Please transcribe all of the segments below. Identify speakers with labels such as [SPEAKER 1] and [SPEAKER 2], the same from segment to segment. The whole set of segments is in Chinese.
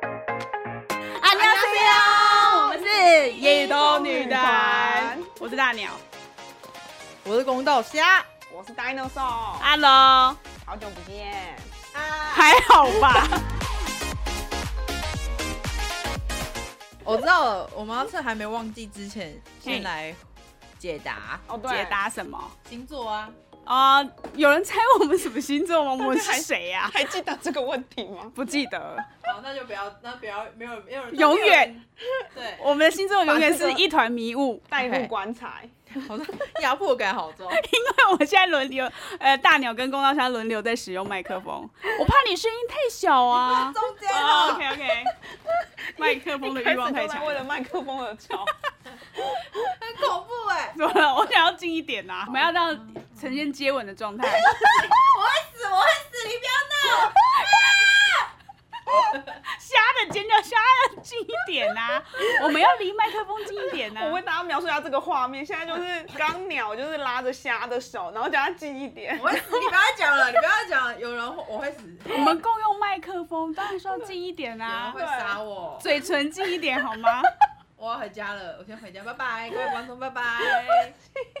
[SPEAKER 1] 안녕하세요，我们是
[SPEAKER 2] 野东女团，
[SPEAKER 1] 我是大鸟
[SPEAKER 2] 我是公道虾，
[SPEAKER 3] 我是 Dinosaur，
[SPEAKER 1] ，Hello，
[SPEAKER 3] 哦好久不见。啊
[SPEAKER 1] 还好吧？
[SPEAKER 2] 我知道了，我们要趁还没忘记之前，先来解答
[SPEAKER 3] 哦，对，
[SPEAKER 1] 解答什么？
[SPEAKER 2] 星座啊。
[SPEAKER 1] 啊、有人猜我们什么星座 吗？我们是谁呀、
[SPEAKER 3] 还记得这个问题吗？
[SPEAKER 1] 不记得，
[SPEAKER 2] 好，那就不要，那不要，没有没有人
[SPEAKER 1] 永远
[SPEAKER 2] 对，
[SPEAKER 1] 我们的星座永远是一团迷雾，
[SPEAKER 3] 带入棺材，
[SPEAKER 2] 好像压迫感好 重。
[SPEAKER 1] 因为我现在轮流，呃，大鸟跟公道虾轮流在使用麦克风，我怕你声音太小 啊。
[SPEAKER 2] 中间
[SPEAKER 1] 哦、o k OK，麦克风的
[SPEAKER 3] 开
[SPEAKER 1] 欲
[SPEAKER 3] 始
[SPEAKER 1] 望 太
[SPEAKER 3] 都在
[SPEAKER 1] 强
[SPEAKER 3] 为。了麦克风而吵。
[SPEAKER 2] 很恐怖哎，
[SPEAKER 1] 怎么了？我想要近一点啊呐、我们要让呈现接吻的状态。
[SPEAKER 2] 我会死，我会死，你不要闹。
[SPEAKER 1] 虾的尖叫，虾要近一点呐、 我们要离麦克风近一点呐、啊
[SPEAKER 3] 我为大家描述一下这个画面，现在就是刚鸟就是拉着虾的手，然后叫它近一 点。
[SPEAKER 2] 我会死，你不要讲了，你不要讲了，有人会我会死，有
[SPEAKER 1] 我们共用麦克风，当然是要近一点
[SPEAKER 2] 人
[SPEAKER 1] 啦、
[SPEAKER 2] 会杀我，
[SPEAKER 1] 嘴唇近一点好 吗？
[SPEAKER 2] 我要回家了，我先回家，拜拜， 各位观众，拜拜。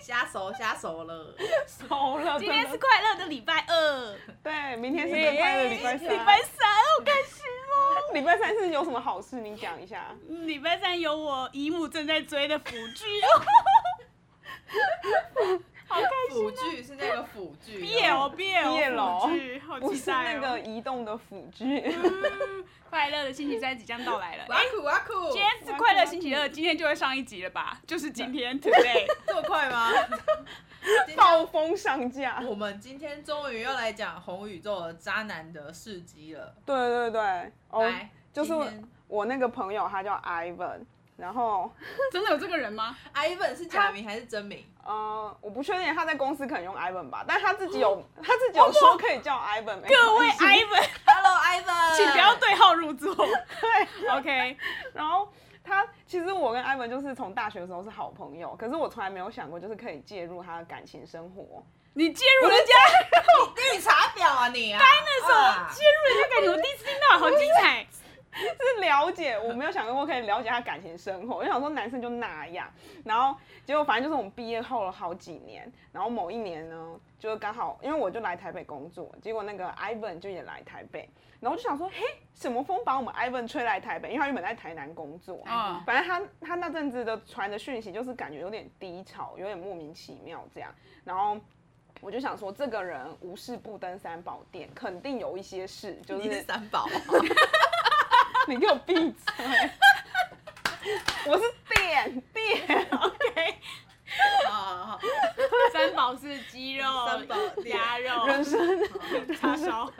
[SPEAKER 2] 瞎熟瞎熟了，
[SPEAKER 3] 熟了，
[SPEAKER 1] 今天是
[SPEAKER 3] 真的
[SPEAKER 1] 快乐的礼拜二，
[SPEAKER 3] 对，明天是更快乐的礼拜
[SPEAKER 1] 礼拜
[SPEAKER 3] 三。
[SPEAKER 1] 三，我开心哦。
[SPEAKER 3] 礼拜三是有什么好事？你讲一下。
[SPEAKER 1] 嗯礼拜三有我姨母正在追的腐 剧，哦好开心。
[SPEAKER 2] 辅具是那个辅具哦，
[SPEAKER 1] 毕业哦，毕业哦，
[SPEAKER 3] 毕业了
[SPEAKER 1] 腐剧好
[SPEAKER 3] 不
[SPEAKER 1] 期
[SPEAKER 3] 是
[SPEAKER 1] 待
[SPEAKER 3] 那
[SPEAKER 1] 哦。
[SPEAKER 3] 个移动的辅具，
[SPEAKER 1] 嗯快乐的星期三即将到 来了。
[SPEAKER 2] 我
[SPEAKER 1] 哎、
[SPEAKER 2] 要哭，我要哭，
[SPEAKER 1] 今天是快乐星期二，今天就会上一集了吧？就是今 天 today。
[SPEAKER 2] 这么快吗？今
[SPEAKER 3] 暴
[SPEAKER 2] 天
[SPEAKER 3] 风上架。
[SPEAKER 2] 我们今天终于要来讲红宇宙的渣男的事迹了。
[SPEAKER 3] 对对对，哦，
[SPEAKER 2] 来，
[SPEAKER 3] 就是
[SPEAKER 2] 今天
[SPEAKER 3] 我那个朋友，他叫 Ivan，然后
[SPEAKER 1] 真的有这个人吗？
[SPEAKER 2] Ivan 是假名还是真名？
[SPEAKER 3] 呃，我不确定他在公司可能用 Ivan 吧，但他自己有他自己有说可以叫 Ivan，没
[SPEAKER 1] 哦各位
[SPEAKER 3] 关系
[SPEAKER 1] Ivan，
[SPEAKER 2] Hello Ivan，
[SPEAKER 1] 请不要对号入座。对，OK，
[SPEAKER 3] 然后他其实我跟 Ivan 就是从大学的时候是好朋友，可是我从来没有想过就是可以介入他的感情生活。
[SPEAKER 1] 你介入人家，
[SPEAKER 2] 绿茶婊啊你啊！
[SPEAKER 1] 那时候介入人家感觉，我第一次听到，好精彩。
[SPEAKER 3] 是了解，我没有想过可以了解他感情生活。我就想说男生就那样，然后结果反正就是我们毕业后了好几年，然后某一年呢，就是刚好因为我就来台北工作，结果那个 Ivan 就也来台北，然后就想说，嘿，什么风把我们 Ivan 吹来台北？因为他原本在台南工作，
[SPEAKER 1] 嗯
[SPEAKER 3] 反正他他那阵子的传的讯息就是感觉有点低潮，有点莫名其妙这样，然后。我就想说，这个人无事不登三宝殿，肯定有一些事，就是
[SPEAKER 2] 你是三宝，
[SPEAKER 3] 你给我闭嘴！ 我是电电，
[SPEAKER 1] OK，
[SPEAKER 2] 啊，
[SPEAKER 1] 三宝是鸡肉、
[SPEAKER 2] 三宝店
[SPEAKER 1] 鸭肉、
[SPEAKER 3] 人生。
[SPEAKER 1] 叉烧。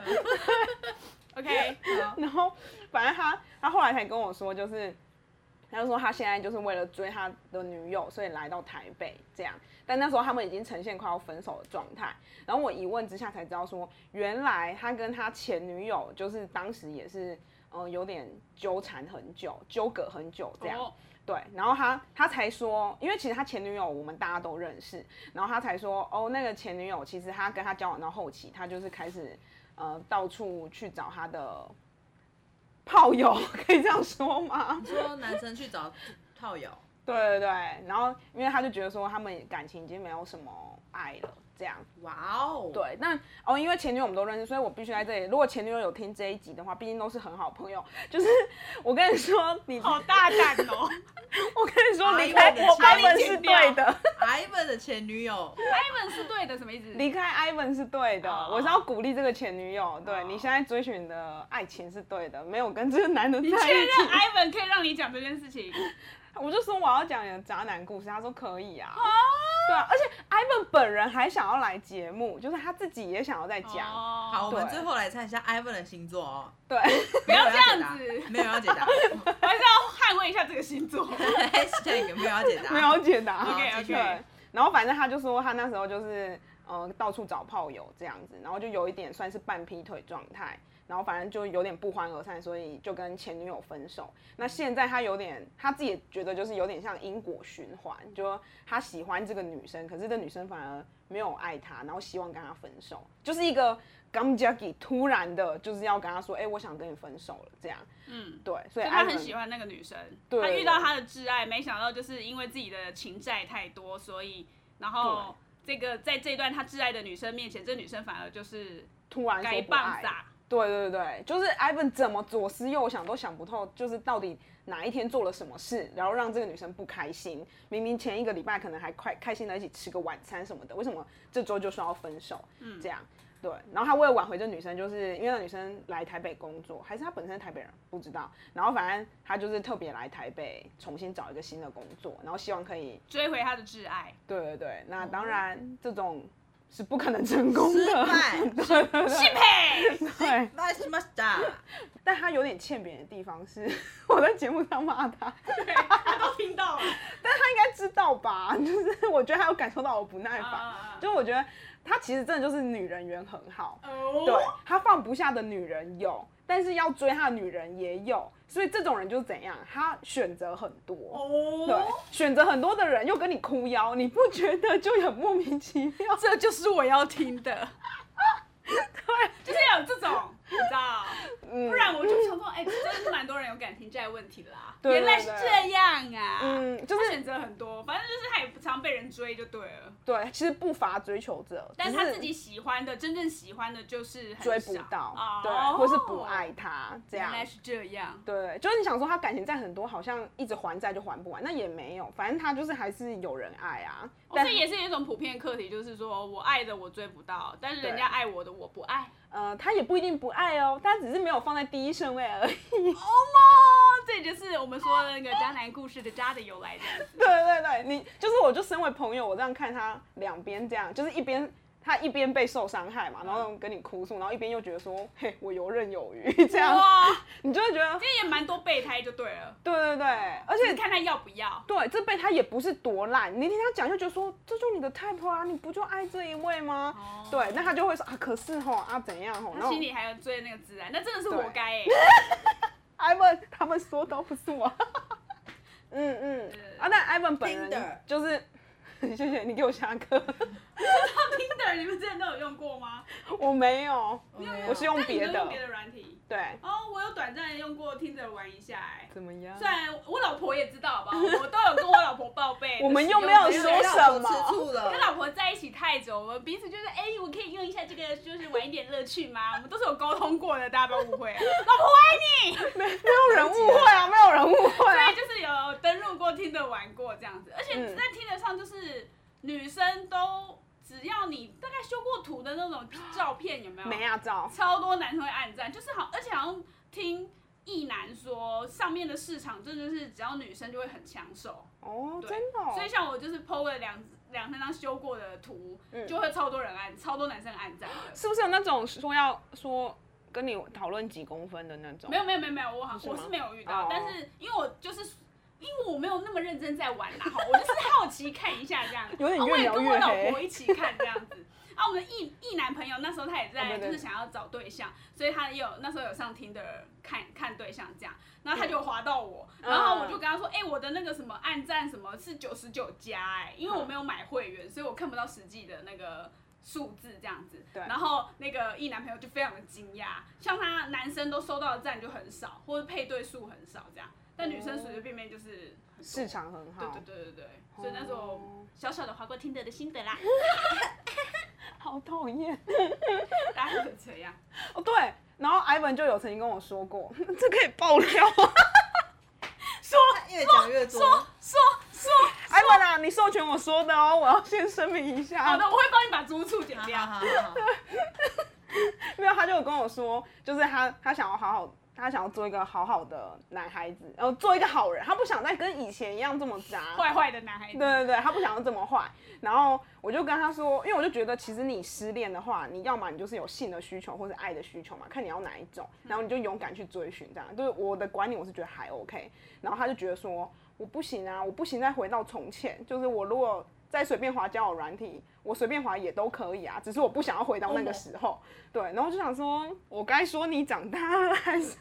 [SPEAKER 1] OK，
[SPEAKER 3] 然后反正他他后来才跟我说，就是他就说他现在就是为了追他的女友，所以来到台北这样。但那时候他们已经呈现快要分手的状态。然后我一问之下才知道说，原来他跟他前女友就是当时也是嗯、呃有点纠缠很久，纠葛很久这样。
[SPEAKER 1] 哦
[SPEAKER 3] 对，然后他他才说，因为其实他前女友我们大家都认识，然后他才说，哦，那个前女友其实他跟他交往到后期，他就是开始呃到处去找他的炮友，可以这样说吗？
[SPEAKER 2] 说男生去找炮友，
[SPEAKER 3] 对对对，然后因为他就觉得说他们感情已经没有什么爱了，这样。
[SPEAKER 2] 哇哦，，
[SPEAKER 3] 对，那哦，因为前女友我们都认识，所以我必须在这里。如果前女友有听这一集的话，毕竟都是很好朋友，就是 我跟你说，你
[SPEAKER 1] 好大胆哦！
[SPEAKER 3] 我跟你说，
[SPEAKER 2] 哎
[SPEAKER 3] 离开
[SPEAKER 2] 我的
[SPEAKER 3] 我
[SPEAKER 2] 天
[SPEAKER 3] 他们是对的。
[SPEAKER 2] Ivan 的前女友，
[SPEAKER 1] Ivan 是对的，什么意思？
[SPEAKER 3] 离开 Ivan 是对的
[SPEAKER 1] 哦
[SPEAKER 3] 我是要鼓励这个前女友。对、
[SPEAKER 1] 哦
[SPEAKER 3] 你现在追寻的爱情是对的，没有跟这个男的在
[SPEAKER 1] 你确
[SPEAKER 3] 一
[SPEAKER 1] 认
[SPEAKER 3] 起。
[SPEAKER 1] Ivan 可以让你讲这件事情？
[SPEAKER 3] 我就说我要讲你的渣男故事，他说可以啊。
[SPEAKER 1] 哦
[SPEAKER 3] 对啊，而且 Ivan 本人还想要来节目，就是他自己也想要再讲。
[SPEAKER 2] 好，
[SPEAKER 1] 好
[SPEAKER 2] 我们
[SPEAKER 3] 对
[SPEAKER 2] 最后来看一下 Ivan 的星座哦。
[SPEAKER 3] 对，
[SPEAKER 1] 不
[SPEAKER 2] 没
[SPEAKER 1] 要
[SPEAKER 2] 有
[SPEAKER 1] 这
[SPEAKER 2] 解
[SPEAKER 1] 样
[SPEAKER 2] 答
[SPEAKER 1] 子，
[SPEAKER 2] 没有要解答
[SPEAKER 1] 我还是要捍卫一下这个星座。
[SPEAKER 2] ，#hashtag 没有要解答，
[SPEAKER 3] 没有解答。
[SPEAKER 2] 好
[SPEAKER 1] OK，OK
[SPEAKER 2] 继续
[SPEAKER 3] 对，然后反正他就说他那时候就是呃到处找炮友这样子，然后就有一点算是半劈腿状态，然后反正就有点不欢而散，所以就跟前女友分手。那现在他有点他自己也觉得就是有点像因果循环，就他喜欢这个女生，可是这女生反而没有爱他，然后希望跟他分手，就是一个刚 j a c 突然的就是要跟他说，哎、我想跟你分手了，这样，
[SPEAKER 1] 嗯，
[SPEAKER 3] 对，所以
[SPEAKER 1] 他
[SPEAKER 3] 艾
[SPEAKER 1] 很
[SPEAKER 3] 伦
[SPEAKER 1] 喜欢那个女生，
[SPEAKER 3] 对
[SPEAKER 1] 他遇到他的挚爱，没想到就是因为自己的情债太多，所以然后这个在这段他挚爱的女生面前，这女生反而就是
[SPEAKER 3] 突然
[SPEAKER 1] 该
[SPEAKER 3] 说不爱
[SPEAKER 1] 棒，撒，
[SPEAKER 3] 对对对，就是 Ivan 怎么左思右想都想不透，就是到底哪一天做了什么事，然后让这个女生不开心。明明前一个礼拜可能还快开心的一起吃个晚餐什么的，为什么这周就说要分手？嗯，这样对。然后他为了挽回这女生，就是因为那女生来台北工作，还是她本身是台北人，不知道。然后反正他就是特别来台北重新找一个新的工作，然后希望可以。
[SPEAKER 1] 追回他的挚 爱，
[SPEAKER 3] 对对对，那
[SPEAKER 2] 哦
[SPEAKER 3] 当然这种是不可能成功的，
[SPEAKER 2] 败
[SPEAKER 1] 敬佩，
[SPEAKER 3] 对。
[SPEAKER 2] 败什么打？
[SPEAKER 3] 但他有点欠扁的地方是，我在节目上骂他，他
[SPEAKER 1] 他都听到了，
[SPEAKER 3] 应该知道吧？ 就是我觉得他有感受到我不耐
[SPEAKER 1] 啊啊
[SPEAKER 3] 烦
[SPEAKER 1] 啊，
[SPEAKER 3] 就是我觉得他其实真的就是女人缘很好，
[SPEAKER 1] 哦
[SPEAKER 3] 对他放不下的女人有，但是要追他的女人也有，所以这种人就是怎样，他选择很多。对
[SPEAKER 1] 哦，，
[SPEAKER 3] 选择很多的人又跟你哭腰，你不觉得就很莫名其妙？
[SPEAKER 1] 这就是我要听的。对， 就是要有这种，你知道，
[SPEAKER 3] 嗯
[SPEAKER 1] 不然我就想说，哎、真的是蛮多人有感情债问题的啦。
[SPEAKER 3] 对对
[SPEAKER 1] 原来是这样啊，
[SPEAKER 3] 嗯就是
[SPEAKER 1] 他选择很多，反正就是他也不常被人追就对了。
[SPEAKER 3] 对，其实不乏追求者，
[SPEAKER 1] 但
[SPEAKER 3] 只
[SPEAKER 1] 他自己喜欢的，真正喜欢的就是很
[SPEAKER 3] 追不
[SPEAKER 1] 少
[SPEAKER 3] 到，
[SPEAKER 1] 哦、
[SPEAKER 3] 对，或是不爱。他这样
[SPEAKER 1] 原。来是这样，
[SPEAKER 3] 对，就是你想说他感情债很多，好像一直还债就还不完，那也没有，反正他就是还是有人爱啊。
[SPEAKER 1] 哦
[SPEAKER 3] 但
[SPEAKER 1] 这也是一种普遍课题，就是说我爱的我追不到，但是人家爱我的我不 爱。
[SPEAKER 3] 呃，他也不一定不爱哦，他只是没有放在第一顺位而
[SPEAKER 1] 哦
[SPEAKER 3] 已。
[SPEAKER 1] 莫，这就是我们说的那个渣男故事的渣的由来这样子。
[SPEAKER 3] 对对对，你就是我就身为朋友，我这样看他两边这样，就是一边他一边被受伤害嘛，然后跟你哭诉，然后一边又觉得说，嘿，我游刃有余 这样，
[SPEAKER 1] 嗯哇，
[SPEAKER 3] 你就会觉得，
[SPEAKER 1] 这也蛮多备胎就对了，
[SPEAKER 3] 对对对，而且
[SPEAKER 1] 你看他要不要。
[SPEAKER 3] 对，这被他也不是多烂，你听他讲就觉得说，这就你的 type 啊，你不就爱这一位吗？
[SPEAKER 1] 哦
[SPEAKER 3] 对，那他就会说啊，可是吼啊怎样吼，然
[SPEAKER 1] 他
[SPEAKER 3] 后
[SPEAKER 1] 心里还有追那个自然，那真的是活该 哎、
[SPEAKER 3] Ivan 他们说都不是 我。嗯嗯，啊，但 Ivan 本
[SPEAKER 2] Tinder
[SPEAKER 3] 人就是， 谢谢你给我下课，
[SPEAKER 1] Tinder 你们之前都有用过吗？
[SPEAKER 3] 我没有，我是用
[SPEAKER 1] 但你
[SPEAKER 3] 别
[SPEAKER 1] 们都
[SPEAKER 3] 的
[SPEAKER 1] 用别，的软体。
[SPEAKER 3] 对，
[SPEAKER 1] 哦，我有短暂地用过 Tinder 玩一下哎、
[SPEAKER 3] 怎么样
[SPEAKER 1] 虽然我老婆也知道，好不好？我都有跟我老婆报备。
[SPEAKER 3] 我们又
[SPEAKER 1] 就是
[SPEAKER 3] 没有
[SPEAKER 1] 用
[SPEAKER 3] 说什么
[SPEAKER 2] 吃醋了
[SPEAKER 1] 跟，老婆在一起太久，我们彼此就是，哎、我可以用一下这个，就是玩一点乐趣吗？我们都是有沟通过的，大家不要误会。啊老婆，我爱你。
[SPEAKER 3] 没有人误会啊，没有人误会啊
[SPEAKER 1] 对，，就是有登录过、听的玩过这样子，而且
[SPEAKER 3] 嗯
[SPEAKER 1] 在听得上就是女生都只要你大概修过图的那种照片有没有？
[SPEAKER 3] 没啊，照，
[SPEAKER 1] 超多男生会暗赞，就是好，而且好像听一男说上面的市场真的是只要女生就会很抢手，
[SPEAKER 3] 哦，
[SPEAKER 1] 对
[SPEAKER 3] 真的哦，
[SPEAKER 1] 所以像我就是 PO 了两两三张修过的图，
[SPEAKER 3] 嗯
[SPEAKER 1] 就会超多人按，超多男生暗赞的。
[SPEAKER 3] 是不是有那种说要说跟你讨论几公分的那种？
[SPEAKER 1] 没有没有没有没有，我好
[SPEAKER 3] 是
[SPEAKER 1] 我
[SPEAKER 3] 吗
[SPEAKER 1] 是没有遇到
[SPEAKER 3] 哦，
[SPEAKER 1] 但是因为我就是因为我没有那么认真在玩啦，哈，我就是好奇看一下这样，
[SPEAKER 3] 有点
[SPEAKER 1] 啊我
[SPEAKER 3] 越
[SPEAKER 1] 也
[SPEAKER 3] 描
[SPEAKER 1] 跟
[SPEAKER 3] 越
[SPEAKER 1] 我老
[SPEAKER 3] 黑
[SPEAKER 1] 婆一起看这样 子。啊，我们的一一男朋友那时候他也
[SPEAKER 3] 哦
[SPEAKER 1] 在，
[SPEAKER 3] 对对
[SPEAKER 1] 就是想要找对象，所以他也有那时候有上听的看看对象这样，然后他就滑到我，
[SPEAKER 3] 嗯
[SPEAKER 1] 然后我就跟他说，哎、我的那个什么暗赞什么是九十九加，哎，因为我没有买会员，所以我看不到实际的那个数字这样子。
[SPEAKER 3] 对
[SPEAKER 1] 然后那个一男朋友就非常的惊讶，像他男生都收到的赞就很少，或者配对数很少这样，但女生随随便便就是很多
[SPEAKER 3] 市。场很
[SPEAKER 1] 对
[SPEAKER 3] 好，
[SPEAKER 1] 对对对对，所以那时候小小的划过听得的心得啦，
[SPEAKER 3] 好讨厌。
[SPEAKER 1] 大概是这样。
[SPEAKER 3] 哦，对，然后 Ivan 就有曾经跟我说过， 这可以爆料啊
[SPEAKER 1] 说
[SPEAKER 2] 他越讲越多，
[SPEAKER 1] 说说，
[SPEAKER 3] ，Ivan 啊，你授权我说的哦，我要先声明一下。
[SPEAKER 1] 好哦的，我会帮你把租处剪
[SPEAKER 2] 好
[SPEAKER 1] 掉。
[SPEAKER 2] 好好，！
[SPEAKER 3] 没有，他就有跟我说，就是他他想要好好，他想要做一个好好的男孩子，然后做一个好人，他不想再跟以前一样这么渣。
[SPEAKER 1] 坏坏的男孩子，
[SPEAKER 3] 对对对，他不想要这么坏。然后我就跟他说，因为我就觉得，其实你失恋的话，你要么你就是有性的需求，或者爱的需求嘛，看你要哪一种，然后你就勇敢去追寻这样。就是我的观念，我是觉得还 OK。然后他就觉得说，我不行啊，我不行再回到从前，就是我如果再随便滑交友软体，我随便滑也都可以啊，只是我不想要回到那个时候。对，然后我就想说，我该说你长大了 还是？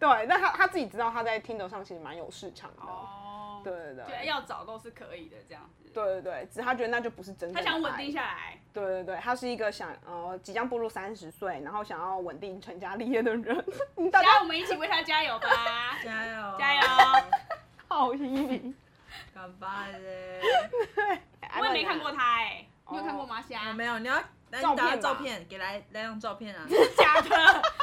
[SPEAKER 3] 对，那他他自己知道他在听 i 上其实蛮有市场的。
[SPEAKER 1] 哦，哦，
[SPEAKER 3] 对对对
[SPEAKER 1] 对，要找都是可以的这样子。
[SPEAKER 3] 对对对，只是他觉得那就不是真正的
[SPEAKER 1] 他想稳
[SPEAKER 3] 爱
[SPEAKER 1] 定下来，
[SPEAKER 3] 对对对，他是一个想呃即将步入三十岁，然后想要稳定成家立业的人。 你大
[SPEAKER 1] 大
[SPEAKER 3] 家
[SPEAKER 1] 家我们一起为他加油吧
[SPEAKER 2] 加油
[SPEAKER 1] 加油！
[SPEAKER 3] 好犀利，
[SPEAKER 2] 干巴嘞！
[SPEAKER 3] 哎
[SPEAKER 1] 我也没看过他哎、你有看过吗？
[SPEAKER 2] 我
[SPEAKER 1] 虾？
[SPEAKER 2] 没有，你要那你
[SPEAKER 3] 照片
[SPEAKER 2] 打
[SPEAKER 3] 吧
[SPEAKER 2] 个照片，给来来张照片啊！
[SPEAKER 1] 假的，
[SPEAKER 3] 欸